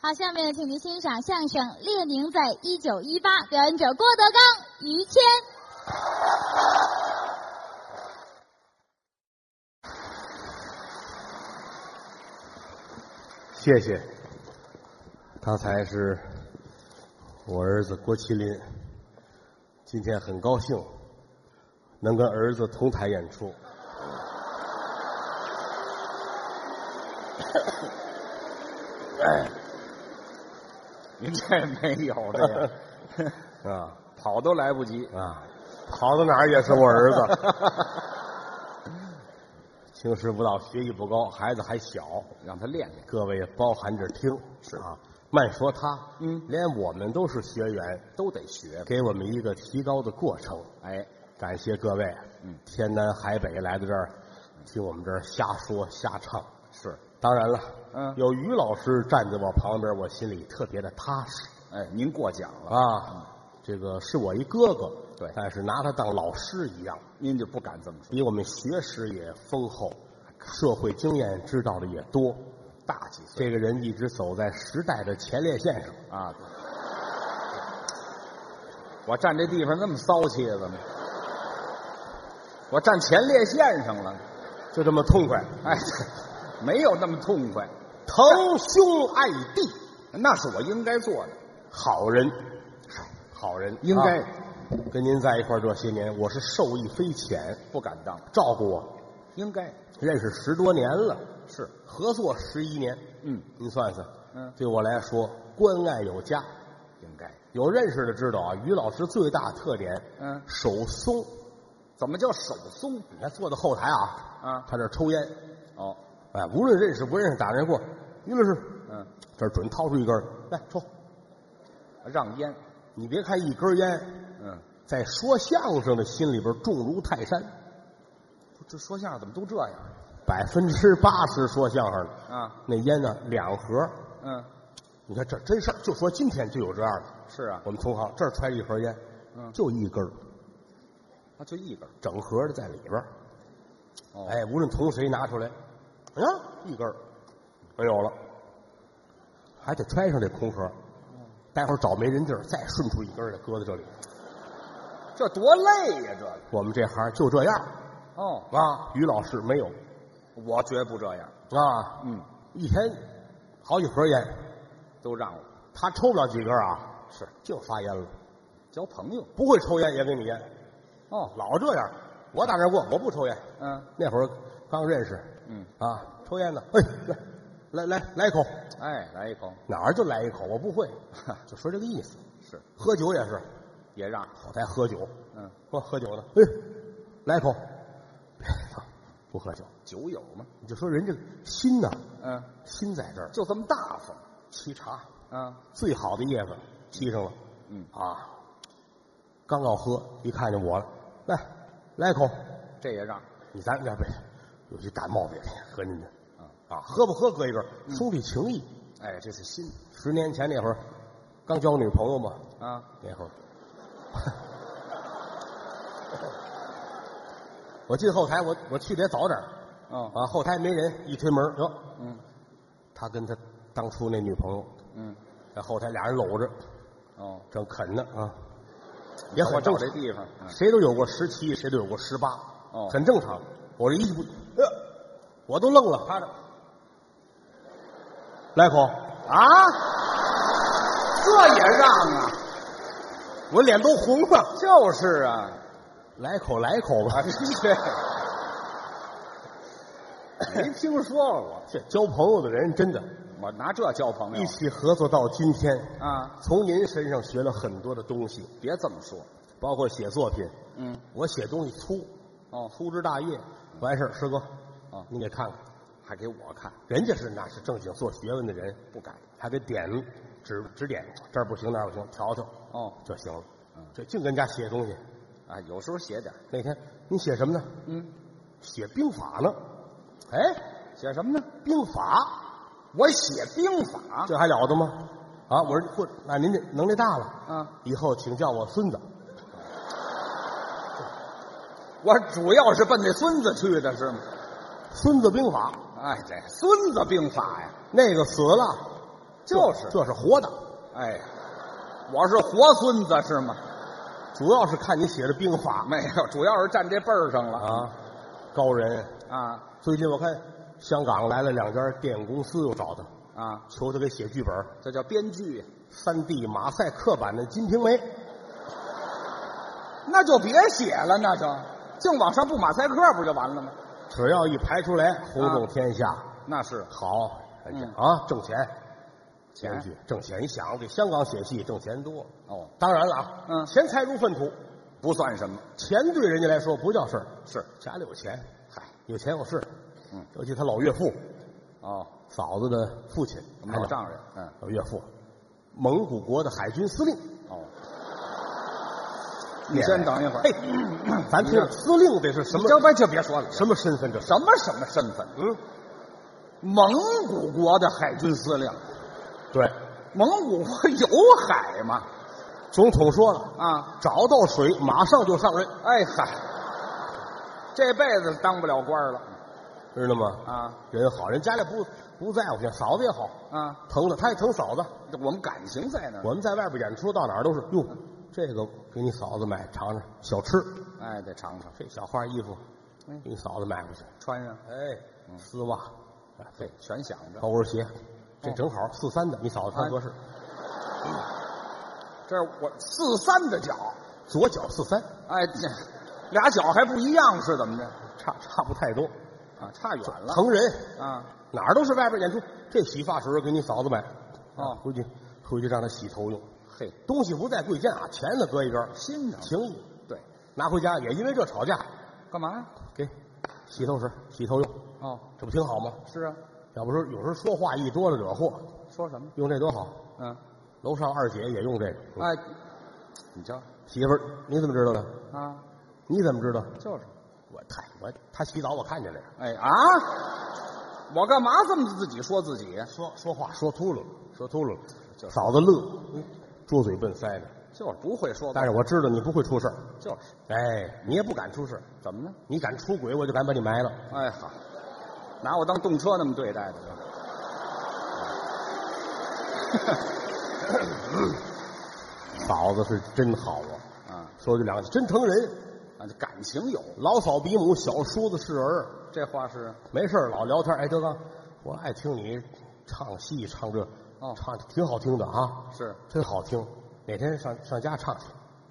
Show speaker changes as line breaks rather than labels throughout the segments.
好，下面请您欣赏相声《列宁在一九一八》，表演者郭德纲、于谦。
谢谢。刚才是我儿子郭麒麟，今天很高兴能跟儿子同台演出。
您 这没有的呀，
啊
跑都来不及。
啊，跑到哪儿也是我儿子。 平时舞蹈学艺不高，孩子还小，
让他练练，
各位包含着听
是
啊。慢说他，
嗯
连我们都是学员，
都得学。
给我们一个提高的过程。
哎，
感谢各位，
嗯，
天南海北来到这儿，听我们这儿瞎说瞎唱。
是，
当然了，
嗯
有于老师站在我旁边，我心里特别的踏实
哎，您过奖了，
啊。这个是我一哥哥，
对
但是拿他当老师一样，
您就不敢这么说。
比我们学识也丰厚，社会经验知道的也多。
大几岁
这个人一直走在时代的前列线上，
啊？ 我站这地方那么骚气，怎么？我站前列腺上了。
就这么痛快。
哎， 这没有那么痛快，
疼兄爱弟，
那是我应该做的。
好人，好人
应该
啊跟您在一块儿这些年，我是受益匪浅，
不敢当，
照顾我，
应该
认识十多年了，
是，
合作十一年，
嗯，
您算算，
嗯
对我来说关爱有加。
应该。
有认识的知道啊，于老师最大特点，
嗯
手松。
怎么叫手松？
你看坐在后台啊，
啊
他这儿抽烟，
哦，
哎，无论认识不认识，打人过，于老师，
嗯，
这儿准掏出一根儿来抽。
让烟，
你别看一根烟，
嗯。
在说相声的心里边重如泰山，
这说相声怎么都这样
百分之八十说相声的
啊？
那烟呢两盒，
嗯，
你看这真事儿，就说今天就有这样的，
是啊
我，们同行这儿揣着一盒烟，
嗯
就一根儿
啊，就一根儿。
整盒的在里边儿，
哦
哎，无论从谁拿出来，啊，一根儿没有了，还得揣上这空盒，
嗯
待会儿找没人地儿再顺出一根儿来搁在这里。
这多累呀、这个
我们这行就这样
哦，
啊，于老师没有
我绝不这样。
啊，
嗯，
一天好几盒烟，
都让我
他抽不了几根儿啊，是净发烟了，
交朋友。
不会抽烟也给你烟，
哦，
老这样。我打这过，我不抽烟。
嗯
那会儿刚认识，
嗯，
啊，抽烟呢，哎，来来来来一口，
哎，来一口
哪儿就来一口，我不会，就说这个意思。
是，
喝酒也是，
也让。
我在喝酒，
嗯，
说喝酒呢，哎，来一口， 别不喝酒，
酒友嘛，
你就说人这个心呐，
嗯，
心在这儿，
就这么大方
沏茶
啊。
最好的叶子沏上了，
嗯
啊，刚要喝，一看见我了，来来一口，
这也让。
你咱俩别，有些感冒别喝您的
啊，
啊，喝不喝搁一个，兄弟情谊。
哎，这是心
十年前那会儿，刚交女朋友嘛，
啊。
那会儿， 我进后台，我我去得早点儿
哦，
啊，后台没人，一推门，哟，
嗯
他跟他当初那女朋友
嗯，
在后台俩人搂着，
哦，
正啃呢啊，也
我
很
找
正
这
常，
地方。嗯
谁都有过十七，谁都有过十八，
哦
很正常。我这一不，呃，我都愣了，趴着，来口，
啊，这也让啊，
我脸都红了，
就是啊。
来口来口吧
啊，，对，没听说过我，
这交朋友的人真的，
我拿这交朋
一
友
起合作到今天，
啊！
从您身上学了很多的东西，
别这么说，
包括写作品。
嗯，
我写东西粗，
哦，
粗枝大叶，完事儿，师哥，
啊
你给看看，
还给我看，
人家是那是正经做学问的人，
不敢
还得点指指点，这儿不行那儿不行，调调
哦
就行了
嗯。
这净跟人家写东西。
啊，有时候写点，
那天你写什么呢？
嗯，
写兵法呢？哎，
写什么呢？
兵法
我写兵法
这还了得吗？啊，我说或那您这能耐大了，
啊，
以后请叫我孙子。
我主要是奔那孙子去的，是吗？
孙子兵法
哎，这孙子兵法呀，
那个死了，
就是
这是活的，
哎，我是活孙子是吗？
主要是看你写的兵法
没有，主要是站这辈儿上了
啊，高人。
啊
最近我看香港来了两家电影公司，又找他，
啊，
求他给写剧本，
这叫编剧，
三 D 马赛克版的《金瓶梅》。
那就别写了，那就净往上不马赛克不就完了吗？
只要一排出来，轰动天下。
那是
好，人家、
啊嗯
啊，挣钱，
钱
编剧挣钱。你想，给香港写戏挣钱多，
哦，
当然了啊，
嗯
钱财如粪土，
不算什么，
钱对人家来说不叫事儿，
是
家里有钱，
嗨
有钱有势。
嗯，
尤其他老岳父，
哦，
嫂子的父亲，
我们老丈人，嗯
老岳父，蒙古国的海军司令。
哦，你先等一会儿，嗯
嘿，哎咱听听司令得是什么
你这别就别说了，
什么身份？这是
什么什么身份？
嗯，
蒙古国的海军司令，
对，
蒙古国有海吗？
总统说了，
啊，
找到水马上就上任，
哎嗨，这辈子当不了官了
知道吗？
啊
人好，人家里不不在乎，嫂子也好，
啊！
疼了他也疼嫂子。
我们感情在那儿。
我们在外边演出到哪儿都是哟，这个给你嫂子买尝尝小吃，
哎，得尝尝，
这小花衣服
嗯
给你嫂子买回去，
穿上。
哎，丝袜，哎
对，全想着
高。跟鞋，这
哦
正好四三的，你嫂子
哎
穿合适，
这是我四三的脚，
左脚四三，
哎，这俩脚还不一样是怎么着？
差差不太多，
啊，差远了
疼人，
啊！
哪儿都是外边演出，这洗发水给你嫂子买，啊
哦
回去回去让她洗头用，
嘿，
东西不在贵贱啊，钱呢搁一边儿，
心疼。
情谊
对，
拿回家也因为这吵架，
干嘛呀？
给洗头水洗头用，
哦，
这不挺好吗？
是啊，
要不说有时候说话一多了惹祸，
说什么？
用这多好。
嗯，
楼上二姐也用这个。
哎，你瞧
媳妇儿，你怎么知道的？
啊，
你怎么知道？
就是，
我太我她洗澡我看见了，
哎啊，我干嘛这么自己说自己呀？
说说话说秃噜了，说秃噜了。
就是
嫂子乐，猪嘴笨腮的。
就是不会说，
但是我知道你不会出事儿，
就是
哎，你也不敢出事儿，
怎么呢？
你敢出轨我就敢把你埋了。
哎好，拿我当动车那么对待的，就是
嫂子是真好啊，
啊，
说句良心，真成人。
啊，这感情有，
老嫂比母，小叔子是儿。
这话是
没事儿老聊天。哎，德刚，我爱听你唱戏，唱这，
哦
唱挺好听的啊，
是，
真好听。哪天上上家唱去，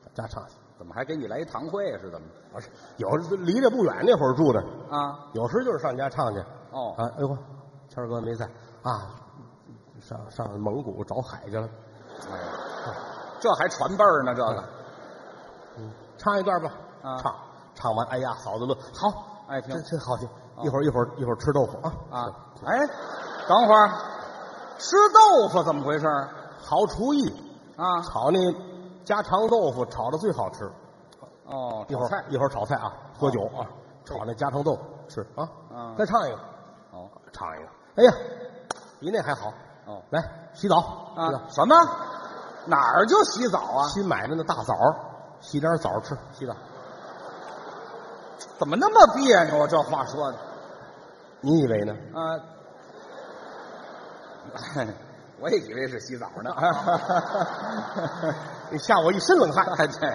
上家唱去。
怎么还给你来一堂会啊？是怎么？
我说有时离这不远，那会儿住的，
啊，
有时就是上家唱去。
哦
啊，哎呦，谦儿哥没在啊，上上蒙古找海去了。
哎呀，这还传辈儿呢，这个
唱一段吧，
啊
唱唱完，哎呀，嫂子乐，好，
哎听
真真好听。一会儿一会儿一会儿吃豆腐啊
啊，哎，等会儿吃豆腐怎么回事儿
好厨艺，
啊？
炒那家常豆腐炒的最好吃。
哦，
一会
炒菜
儿一会儿炒菜啊，喝酒啊，炒那家常豆腐吃啊
嗯。
再唱一个，
哦
唱一个。哎呀，比那还好。
哦
来洗澡洗
啊
澡，
什么？哪儿就洗澡啊？
新买的那大枣，洗点枣吃。洗澡，
怎么那么别扭啊？这话说的
你以为呢？
啊， 我也以为是洗澡呢。
你吓我一身冷汗，
哎，对，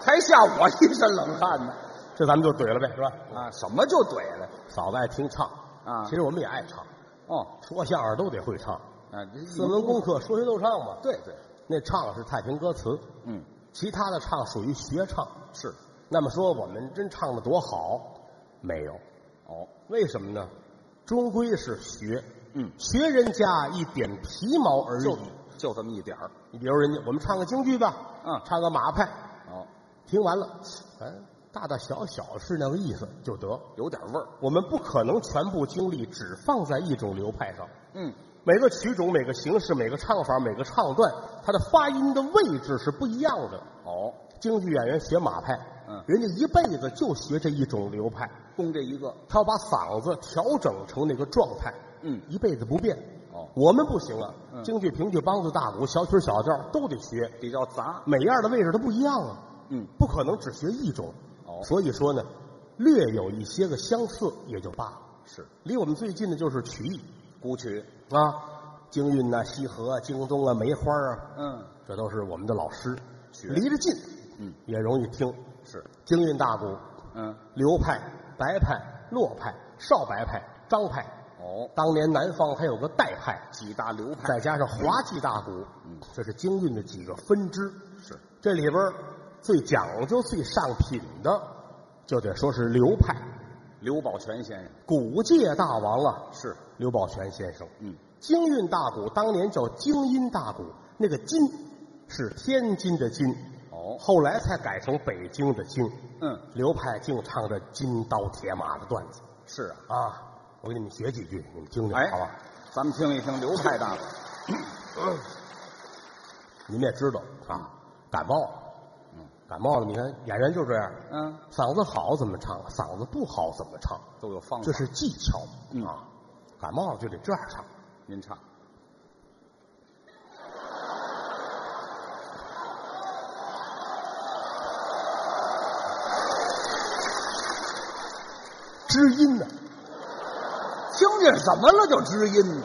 还吓我一身冷汗呢！
这咱们就怼了呗，是吧？
啊，什么就怼了？
嗯嫂子爱听唱
啊
其实我们也爱唱，
哦，
说相声都得会唱，
啊，这
四门功课说学逗唱嘛。
对对，
那唱是太平歌词，
嗯，
其他的唱属于学唱。
是，
那么说我们真唱的多好，没有。
哦，
为什么呢？终归是学，
嗯
学人家一点皮毛而
就
已。
就这么一点儿。
你比如人家，我们唱个京剧吧，
嗯
唱个马派，
哦，
听完了，哎，大大小小是那个意思就得。
有点味儿。
我们不可能全部精力只放在一种流派上，
嗯，
每个曲种、每个形式、每个唱法、每个唱段，它的发音的位置是不一样的。
哦，
京剧演员学马派，
嗯
人家一辈子就学这一种流派，
供这一个。
他要把嗓子调整成那个状态，
嗯
一辈子不变。
哦
我们不行啊，
嗯
京剧、评剧、梆子、大鼓、小曲、小调都得学，
比较杂。
每样的位置它不一样啊，
嗯，
不可能只学一种。
哦
所以说呢，略有一些个相似也就罢了。
是
离我们最近的就是曲艺
古曲
啊，京韵呐、西河啊、京东啊、梅花啊，
嗯，
这都是我们的老师，
学
离得近，
嗯，
也容易听。
是，
京韵大鼓，
嗯，
流派、白派、洛派、少白派、张派，
哦，
当年南方还有个代派，
几大流派
再加上滑稽大鼓，
嗯
这是京韵的几个分支。
是，
这里边儿最讲究、最上品的，就得说是流派，
刘宝全先生
古界大王啊，
是，
刘宝全先生。
嗯，
京韵大鼓当年叫京音大鼓，那个“金”是天津的“金”，
哦，
后来才改成北京的“京”。
嗯，
流派净唱着金刀铁马的段子
是啊，
啊！我给你们学几句，你们听听
哎
好吧？，
咱们听一听流派大鼓，
你们也知道啊，感冒了，
嗯
感冒了，你看演员就这样，
嗯，
嗓子好怎么唱，嗓子不好怎么唱，
都有方
这
法，
是技巧
嗯
啊。感冒了就得这样唱，
您唱，
知音呢
听见什么了就知音呢？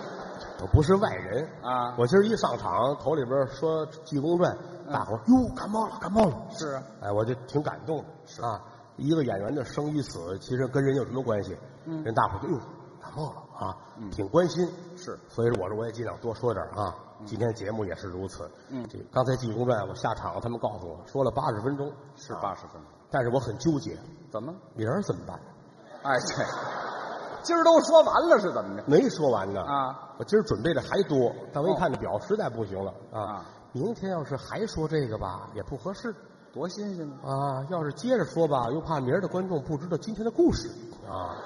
我不是外人
啊嗯
我今儿一上场，头里边说《济公传》，大伙儿哟感冒了，感冒了，
是啊，
哎，我就挺感动的。啊，一个演员的生与死，其实跟人有什么关系？
嗯
人大伙儿就哟感冒了啊，
嗯
挺关心。
是，
所以说我说我也尽量多说点儿啊。今天节目也是如此。
嗯
这刚才《济公传》我下场，他们告诉我说了八十分钟，
是
啊
八十分，
但是我很纠结，
怎么？
明儿怎么办？
哎，这 今儿都说完了是怎么着？
没说完呢
啊！哦
我今儿准备的还多，但我一看这表，实在不行了
啊！
明天要是还说这个吧，也不合适
多新鲜呢！
啊；要是接着说吧，又怕明儿的观众不知道今天的故事啊。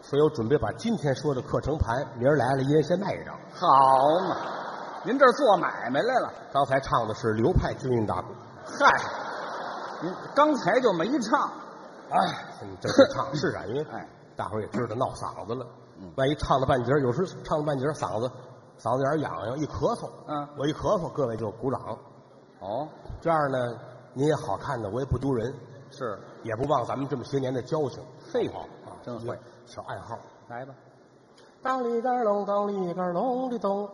所以我准备把今天说的课程盘，明儿来了一人先卖一张。
好嘛，您这儿做买卖来了？
刚才唱的是流派京韵大鼓，
嗨， 您刚才就没唱，
哎，你这是 唱是啊，因为
哎
大伙儿也知道闹嗓子了
嗯，
万一唱了半截儿，有时唱了半截儿嗓子嗓子眼儿痒痒，一咳嗽，
嗯
我一咳嗽，各位就鼓掌。
哦，
这样呢，您也好看的，我也不丢人，
是，
也不忘咱们这么些年的交情。
嘿
好不好啊，
真
一个
会
小爱好。
来吧，
当里杆隆，当里杆隆的咚。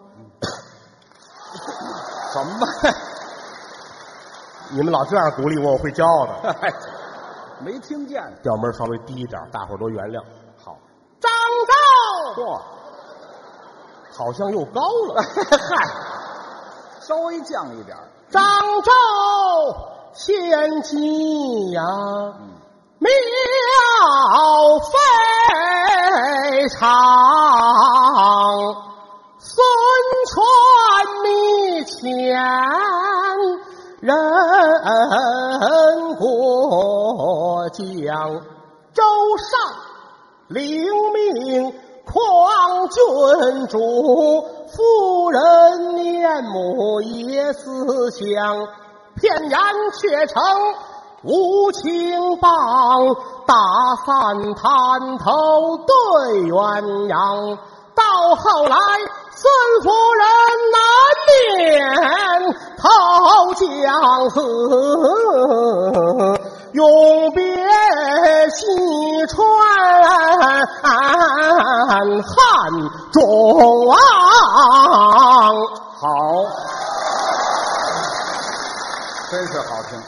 什么？
你们老这样鼓励我，我会骄傲的。
哎 没听见？
调门稍微低一点，大伙儿多原谅。
好，
张昭
嚯，
好像又高 了。
嗨，稍微降一点儿，
张昭献计呀，
嗯，
妙非常。孙权密前人过江，周上领命匡君主，夫人念母也思乡，片言却成无情棒，打散滩头对鸳鸯。到后来，孙夫人难免投江死，永别西川汉中昂。
好，真是好听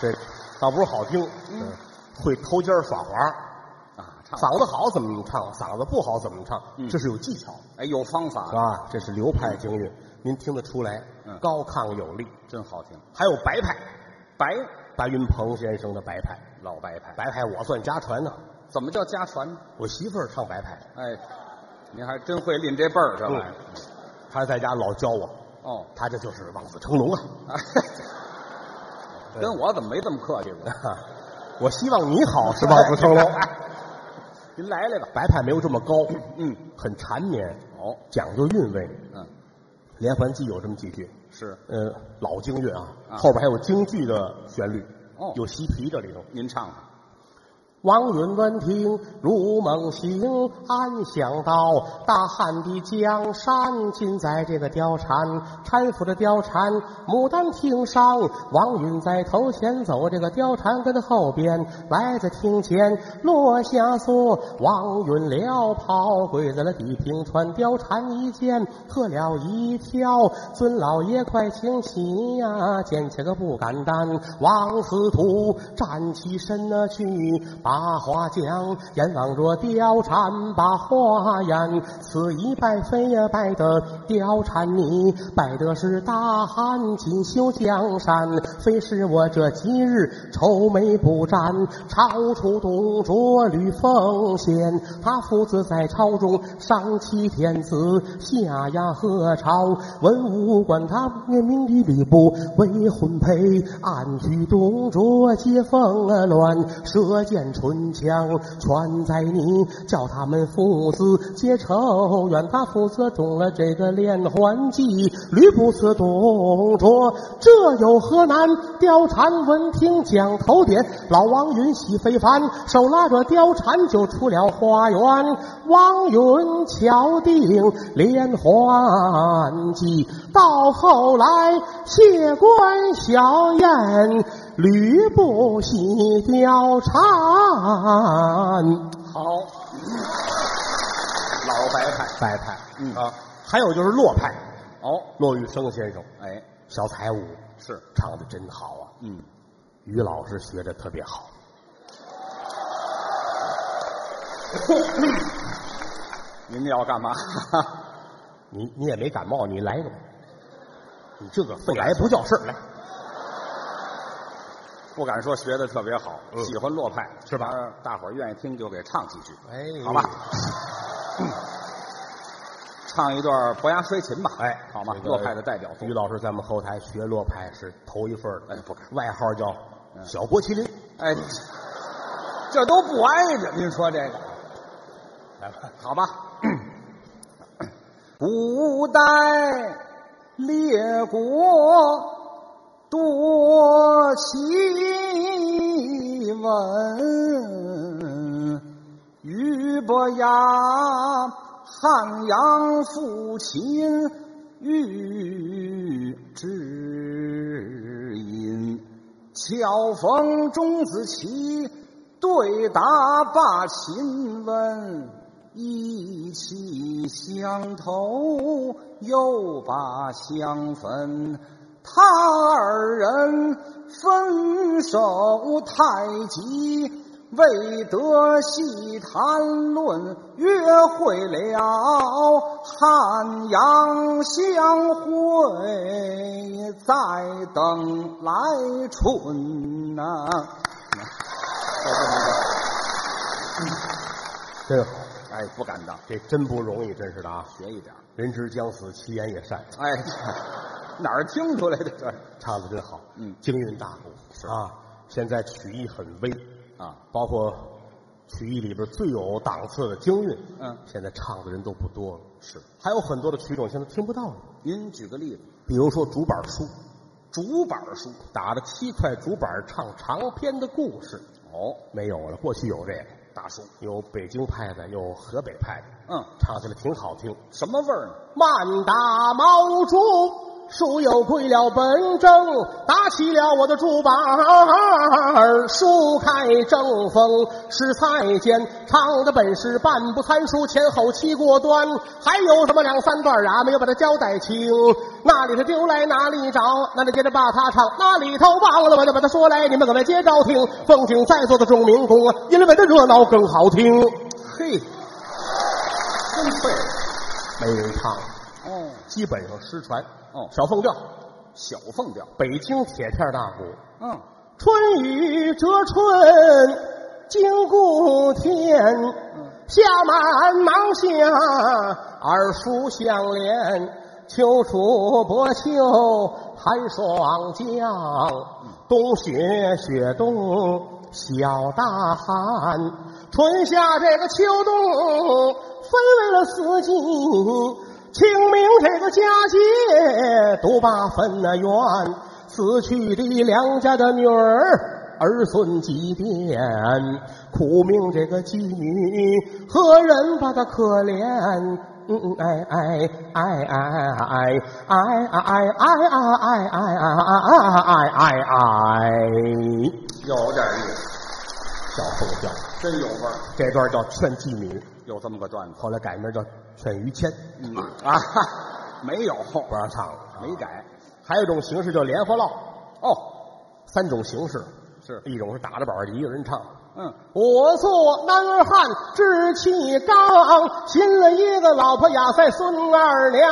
这倒不是好听，呃
嗯，
会偷奸耍滑，
啊，唱，
嗓子好怎么唱，嗓子不好怎么唱，
嗯
这是有技巧。
哎，有方法
是，吧？这是流派京韵，您听得出来，
嗯
高亢有力。
真好听，
还有白派，
白
白云鹏先生的白派，
老白派，
白派我算家传呢、
怎么叫家传呢？
我媳妇儿唱白派，
哎，您还真会拎这辈
嗯
儿，这玩意儿。
她在家老教我，
哦，
她这就是望子成龙啊。
哎，跟我怎么没这么客气过？
我希望你好是望子成龙。
您来来吧。
白派没有这么高，
嗯，
很缠绵，
哦，
讲究韵味。
嗯，
《连环计》有这么几句，
是
呃，老京韵啊，
啊
后边还有京剧的旋律，
哦
有西皮这里头。
您唱吧。
王允闻听如梦醒，暗想到大汉的江山尽在这个貂蝉，搀扶着貂蝉，牡丹亭上，王允在头前走，这个貂蝉跟在后边，来在厅前落下锁，王允撩袍跪在了地平川，貂蝉一见喝了一跳，尊老爷快请起呀、见起个不敢当，王司徒站起身啊去把花将，眼望着貂蝉把花言，此一拜非呀拜得貂蝉你，拜的是大汉锦绣江山，非是我这几日愁眉不展，超出董卓吕奉先，他父子在朝中上欺天子，下压何朝，文武管他面明里里不为婚配，暗举董卓接风啊乱，射箭唇枪全在你，叫他们父子结仇怨，他父子中了这个连环计，吕布刺董卓，这有何难？貂蝉闻听将头点，老王允喜非凡，手拉着貂蝉就出了花园。王允敲定连环计，到后来谢官小宴，吕布喜貂蝉。
好，老白派，
白派，
嗯
啊，还有就是洛派，
哦，
骆玉笙先生，
哎，
小才舞
是，
唱的真好啊，
嗯，
于老师学的特别好。
您要干嘛？
你你也没感冒，你来一个吧。你这个
不
不
敢
来不叫事儿，来，
不敢说学的特别好，
嗯
喜欢洛派
是吧？
当然大伙儿愿意听就给唱几句，
哎
好吧？唱一段伯牙摔琴吧，
哎，
好吗
这？个
洛派的代表作
于，老师在我们后台学洛派是头一份儿的，
哎，不敢，嗯
外号叫小郭麒麟。
哎，这都不挨着，您说这个。
来吧，
好吧。古代列国多奇闻，俞伯牙汉阳父秦遇知音。巧逢钟子期，对答把琴问，意气相投，又把相分。他二人分手太急，未得细谈论，约会了汉阳相会，再等来春呐、
真好，
哎，不敢当，
这真不容易，真是的啊！
学一点儿。
人之将死，其言也善，
哎， 哪儿听出来的这？
唱的真好，
嗯
京韵大鼓是啊。现在曲艺很微
啊，
包括曲艺里边最有档次的京韵，
嗯
现在唱的人都不多了，是还有很多的曲种现在听不到了。
您举个例子，
比如说竹板书，
竹板书。
打着七块竹板唱长篇的故事，
哦，
没有了。过去有这个
大书，
有北京派的，有河北派的，
嗯，
唱起来挺好听。
什么味儿呢？
慢打毛竹，书又归了本正，打起了我的竹板儿，书开正风是菜间，唱的本是半部参书，前后七过端，还有什么两三段啊，没有把它交代清。那里头丢来哪里找？那里接着把它唱，那里头忘了我就把它说来，你们可别接着听。奉请在座的众民工啊，因为这热闹更好听。
嘿，真会。
没人唱，
哦，
基本上失传。
哦
小凤调。
小凤调。
北京铁片大鼓。
嗯，
春雨折春经故天，夏满芒夏二暑相连，秋处薄秋寒霜降，冬雪雪冬小大寒，春夏这个秋冬分为了四季。清明这个佳节，独把分那圆。死去的娘家的女儿，儿孙几遍，苦命这个妓女，何人把她可怜？嗯嗯哎哎哎哎哎哎哎哎哎哎哎哎哎哎哎！
有点意思，
笑后叫，
真有味儿，
这段叫劝妓女，
有这么个段子。
后来改名叫劝于谦，
嗯啊， 哈没有，
不让唱了。
没改。
还有一种形式叫莲花落，
哦，
三种形式，
是，
一种是打着板儿一个人唱，
嗯，
我做男汉志气刚，寻了一个老婆雅赛孙二娘，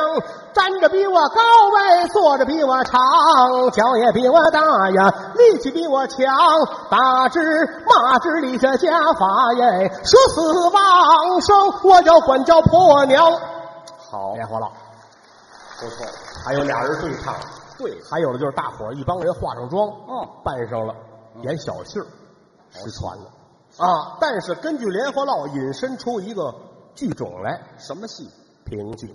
站着比我高呗，坐着比我长，脚也比我大呀，力气比我强，打只骂只立下家法耶，说死忘生，我要管教婆娘。
好，
别活了，
不错，
还有俩人对唱，
对，
还有的就是大伙儿一帮人化上妆，
哦，
扮上了，演小戏儿，失传了啊！但是根据《莲花落》引申出一个剧种来，
什么戏？
评剧。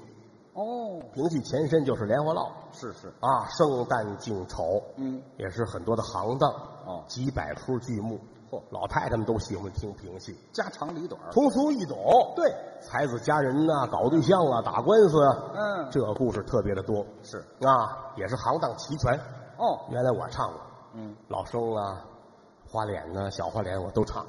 哦，
评剧前身就是《莲花落》
是是，
啊，圣诞竞丑，
嗯，
也是很多的行当
哦
几百出剧目。
嚯啊
老太太们都喜欢听评戏，
家长里短儿，
通俗易懂。对，才子佳人呐、搞对象啊，打官司啊，
嗯
这个故事特别的多
是，
啊，也是行当齐全。
哦，
原来我唱过
嗯，
老生啊、花脸呐、小花脸，我都唱。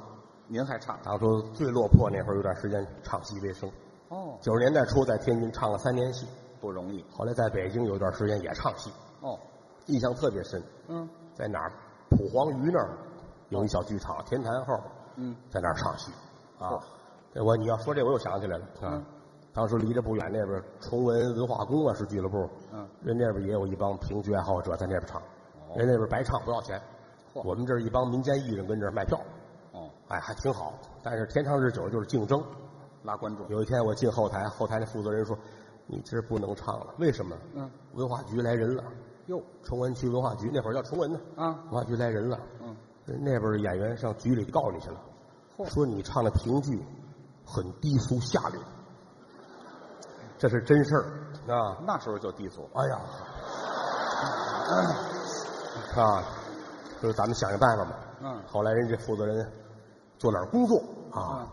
您还唱
当初最落魄那会儿，有段时间唱戏为生。
哦，
九十年代初在天津唱了三年戏，
不容易，
后来在北京有一段时间也唱戏，
哦，
印象特别深。
嗯
在哪儿？蒲黄榆那儿有一小剧场，天坛后，
嗯，
在那儿唱戏啊
哦。
这我你要说这，我又想起来了啊
嗯。
当时离着不远那边崇文文化宫啊是俱乐部，
嗯，
人那边也有一帮评剧爱好者在那边唱，
哦
人那边白唱不要钱，
嚯
我们这儿一帮民间艺人跟这儿卖票，
哦，
哎，还挺好。但是天长日久就是竞争。
拉观众，
有一天我进后台，后台那负责人说：“你今儿不能唱了，为什么？
嗯，
文化局来人了，
哟，
崇文区文化局那会儿叫崇文呢，
啊，
文化局来人了，
嗯，
那边儿演员上局里告你去了，
嚯
说你唱的评剧很低俗下流，这是真事儿啊！
那时候就低俗，
哎呀，嗯啊，就是咱们想想办法吧。
嗯
后来人家负责人做点儿工作啊
嗯，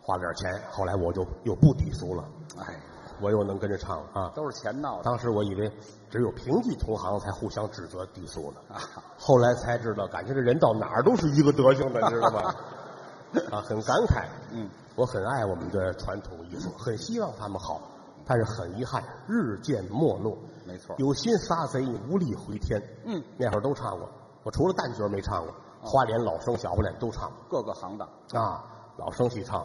花点儿钱，后来我就又不低俗了。
哎，
我又能跟着唱了啊！
都是钱闹的
当时我以为只有评剧同行才互相指责低俗呢，
啊，
后来才知道，感情这人到哪儿都是一个德 行的，知道吧？啊，很感慨。
嗯，
我很爱我们的传统艺术，很希望他们好，但是很遗憾，日渐没落。
没错，
有心杀贼，无力回天。
嗯，
那会儿都唱过，我除了旦角没唱过，花脸、老生、小花脸都唱
各个行当，
过啊。老生戏唱，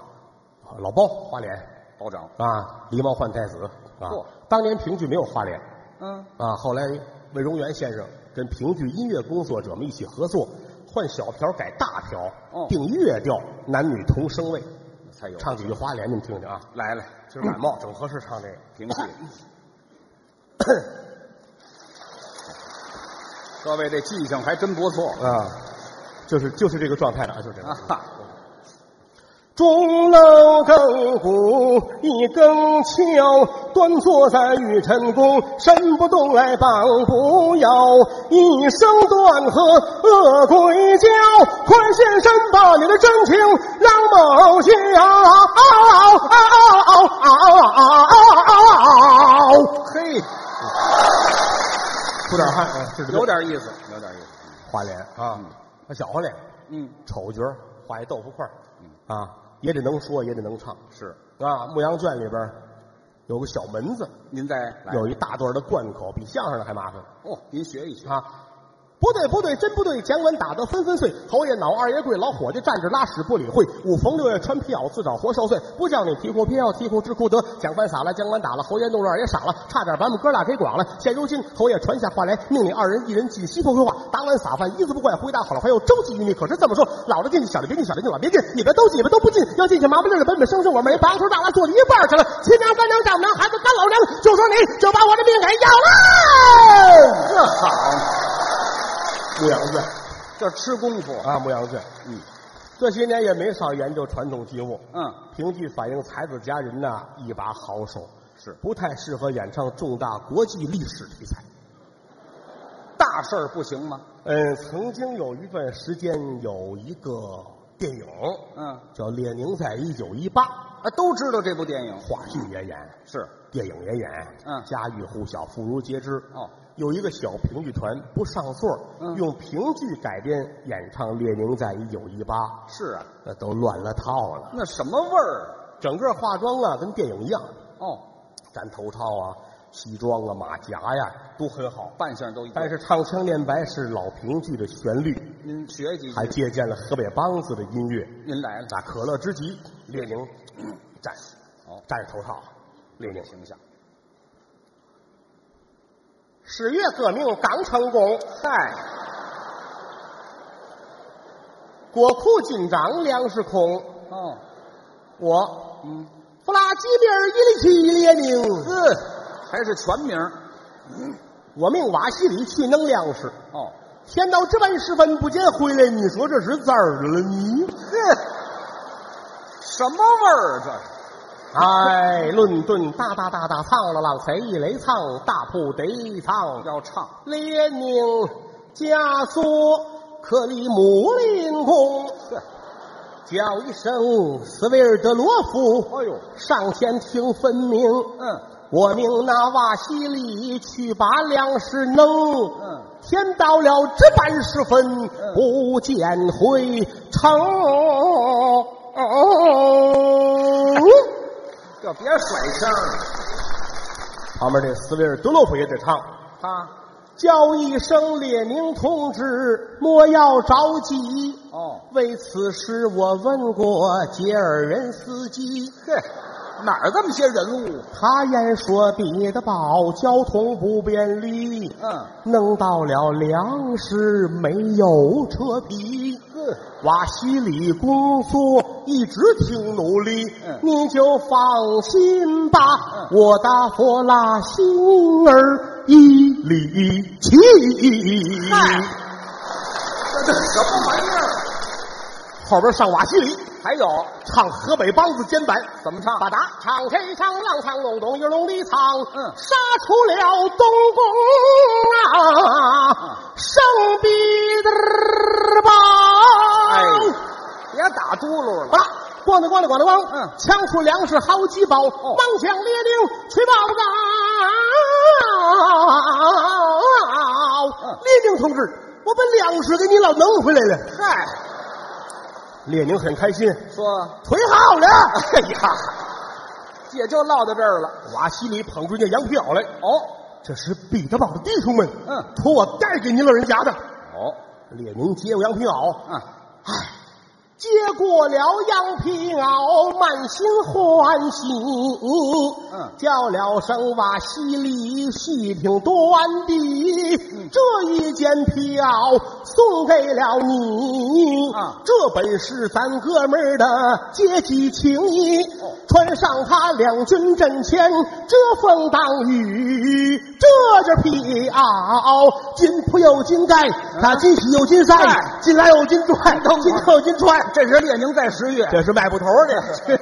老包花脸
包长，
啊，狸猫换太子啊
嚯。
当年评剧没有花脸，
嗯，
啊，后来魏荣元先生跟评剧音乐工作者们一起合作，换小瓢改大瓢，
哦
定乐调，男女同声位，
才有
唱几句花脸，你们听听啊。
来来，
今儿感冒，正合适唱这个。
平 戏。各位这记性还真不错
啊，就是就是这个状态的啊，就是这个。
啊！哈，
钟楼更鼓一更敲，端坐在玉辰宫，身不动来膀不摇，一声断喝恶鬼叫，快现身把你的真情让某见。
嘿，
出点汗，这
有点意思，有点意思。
花脸啊，小花脸，
嗯，
丑角，画一豆腐块儿
嗯
啊，也得能说，也得能唱。
是。
啊，《牧羊圈》里边儿有个小门子，
您再来
有一大段的贯口，比相声的还麻烦
哦，您学一学。
啊！不对，不对，真不对！蒋管打得纷纷碎，头也脑，二也跪，老伙计站着拉屎不理会。五逢六月穿皮袄，自找活受罪。不叫你啼哭，偏要啼哭知哭得。蒋管撒了，蒋管打了，侯爷怒了，二爷傻了，差点把我们哥俩给剐了。现如今，侯爷传下话来，命你二人一人进西坡规划，打碗撒饭，一字不怪，回答好了还有周济于你。可是这么说，老的进去，小的别进，小的进，老别进，你们都进，你们都不进，要进去麻不溜的，本本生生，我们白头大拉做了一半去了。亲娘、干娘、丈母娘、孩子、干老娘，就说你就把我的命给要了。
这好，
牧羊圈
这吃功夫。
啊，牧羊圈，
嗯
这些年也没少研究传统剧目。
嗯，
评剧反映才子佳人呐，一把好手，
是
不太适合演唱重大国际历史题材。
大大事儿不行吗？
嗯，曾经有一段时间有一个电影
嗯，
叫《列宁在一九一八》，
啊，都知道这部电影
话剧也演，
是
电影也演，
嗯
家喻户晓，妇孺皆知。
哦，
有一个小评剧团不上座，
嗯
用评剧改编演唱《列宁在一九一八》，
是啊，
那都乱了套了。
那什么味儿？
整个化妆啊，跟电影一样，
哦，
咱头套啊、西装啊、马甲呀、都很好。
扮相都一样。
但是唱腔念白是老评剧的旋律，
您学几句
还，借鉴了河北梆子的音乐。
您来了，
那可乐之极，列宁站，
哦
站着头套，列宁。
形象。
十月革命刚成功，
嗨，
国库紧张，粮食空。
哦，
我
嗯，
弗拉基米尔·伊里奇·列宁，
呵，呃还是全名儿
我命瓦西里去弄粮食。
哦，
天到这般时分不见回来，你说这是咋儿了你？
呵，什么味儿这是？
哎，论顿大大大大苍了浪，谁一雷唱大铺得唱。
要唱，
列宁、加索、克里姆林宫，
呵，
叫一声斯维尔德罗夫，
哎呦，
上前听分明。
嗯
我命那瓦西里去把粮食弄。
嗯，
天到了这般时分，不见回城。
要别甩腔儿，
旁边这斯维尔德洛夫也得唱，
他
叫一声列宁同志，莫要着急。
哦，
为此事我问过捷尔仁斯基，
呵，哪儿这么些人物？
他言说彼得堡交通不便利，
嗯，
弄到了粮食没有车皮。
呵，
瓦西里工作一直挺努力，
嗯
你就放心吧。
嗯
我答佛拉心儿一里奇。
嗨这这什么玩意儿？
后边上瓦西里
还有
唱河北梆子肩板，
怎么唱？
把达唱谁唱浪唱隆咚一隆的唱，
嗯
杀出了东宫啊，圣彼得堡。
哎，别打嘟噜了，
啊，咣当咣当咣当咣，
嗯
枪出粮食好几包，望向列宁去报告。
嗯
列宁同志，我把粮食给你老弄回来了。
嗨，
列宁很开心，
说
腿好了。哎呀，
也就落到这儿了。
瓦西里捧出一件洋表来，
哦
这是彼得堡的弟兄们，
嗯
托我带给您老人家的。
哦，
列宁接过洋皮袄，
嗯，
接过了羊皮袄，满心欢喜。
嗯
叫了声瓦西里，细听端的。
嗯
这一件皮袄送给了你。
啊
这本是咱哥们儿的阶级情谊。
哦
穿上它，两军阵前遮风挡雨。这件皮袄，金铺又金盖，它金洗又金晒
嗯哎，
金来又金拽，金扣金穿。
这是列宁在十月。
这是卖布头儿的。
这